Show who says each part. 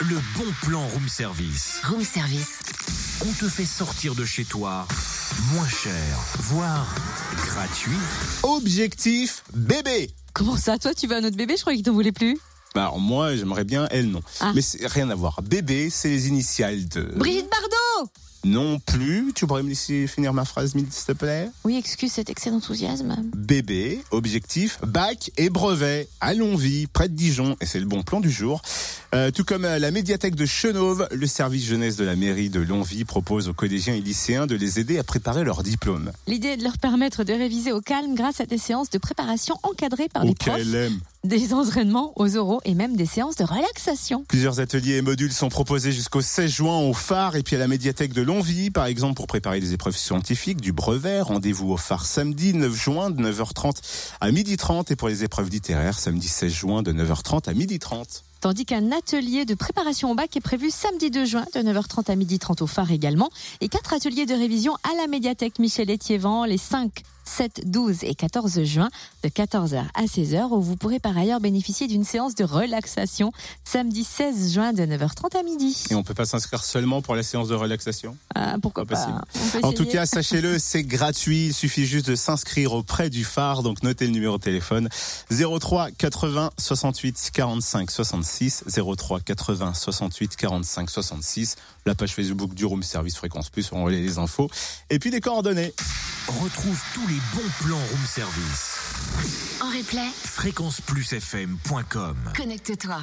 Speaker 1: Le bon plan room service.
Speaker 2: Room service.
Speaker 1: On te fait sortir de chez toi moins cher, voire gratuit.
Speaker 3: Objectif bébé.
Speaker 4: Comment ça Toi, tu veux un autre bébé Je croyais qu'il t'en voulait plus.
Speaker 3: Bah, alors moi, j'aimerais bien, elle non.
Speaker 4: Ah.
Speaker 3: Mais c'est rien à voir. Bébé, c'est les initiales de.
Speaker 4: Brigitte Bardot
Speaker 3: non plus. Tu pourrais me laisser finir ma phrase, s'il te plaît.
Speaker 4: Oui, excuse cet excès d'enthousiasme.
Speaker 3: Bébé, objectif, bac et brevet. à Longwy, près de Dijon, et c'est le bon plan du jour. Euh, tout comme euh, la médiathèque de Chenauve, le service jeunesse de la mairie de Longwy propose aux collégiens et lycéens de les aider à préparer leur diplôme.
Speaker 4: L'idée est de leur permettre de réviser au calme grâce à des séances de préparation encadrées par Ah, les
Speaker 3: Au
Speaker 4: profs,
Speaker 3: KLM.
Speaker 4: des entraînements aux oraux et même des séances de relaxation.
Speaker 3: Plusieurs ateliers et modules sont proposés jusqu'au 16 juin au phare et puis à la médiathèque de Longwy, par exemple pour préparer les épreuves scientifiques du brevet. Rendez-vous au phare samedi 9 juin de 9h30 à 12h30 et pour les épreuves littéraires samedi 16 juin de 9h30 à 12h30.
Speaker 4: Tandis qu'un atelier de préparation au bac est prévu samedi 2 juin de 9h30 à 12h30 au phare également. Et quatre ateliers de révision à la médiathèque Michel Étiévent les 5, 7, 12 et 14 juin de 14h à 16h où vous pourrez par ailleurs bénéficier d'une séance de relaxation samedi 16 juin de 9h30 à midi.
Speaker 3: Et on peut pas s'inscrire seulement pour la séance de relaxation
Speaker 4: Ah, pourquoi
Speaker 3: Pas
Speaker 4: pas,
Speaker 3: possible.
Speaker 4: On peut
Speaker 3: En tout
Speaker 4: essayer.
Speaker 3: cas, sachez-le, c'est gratuit. Il suffit juste de s'inscrire auprès du phare. Donc, notez le numéro de téléphone 03 80 68 45 66. 03 80 68 45 66. La page Facebook du Room Service Fréquence Plus, on relaie les infos. Et puis, les coordonnées.
Speaker 1: Retrouve tous les bons plans room service.
Speaker 2: En replay,
Speaker 1: fréquenceplusfm.com
Speaker 2: connecte-toi.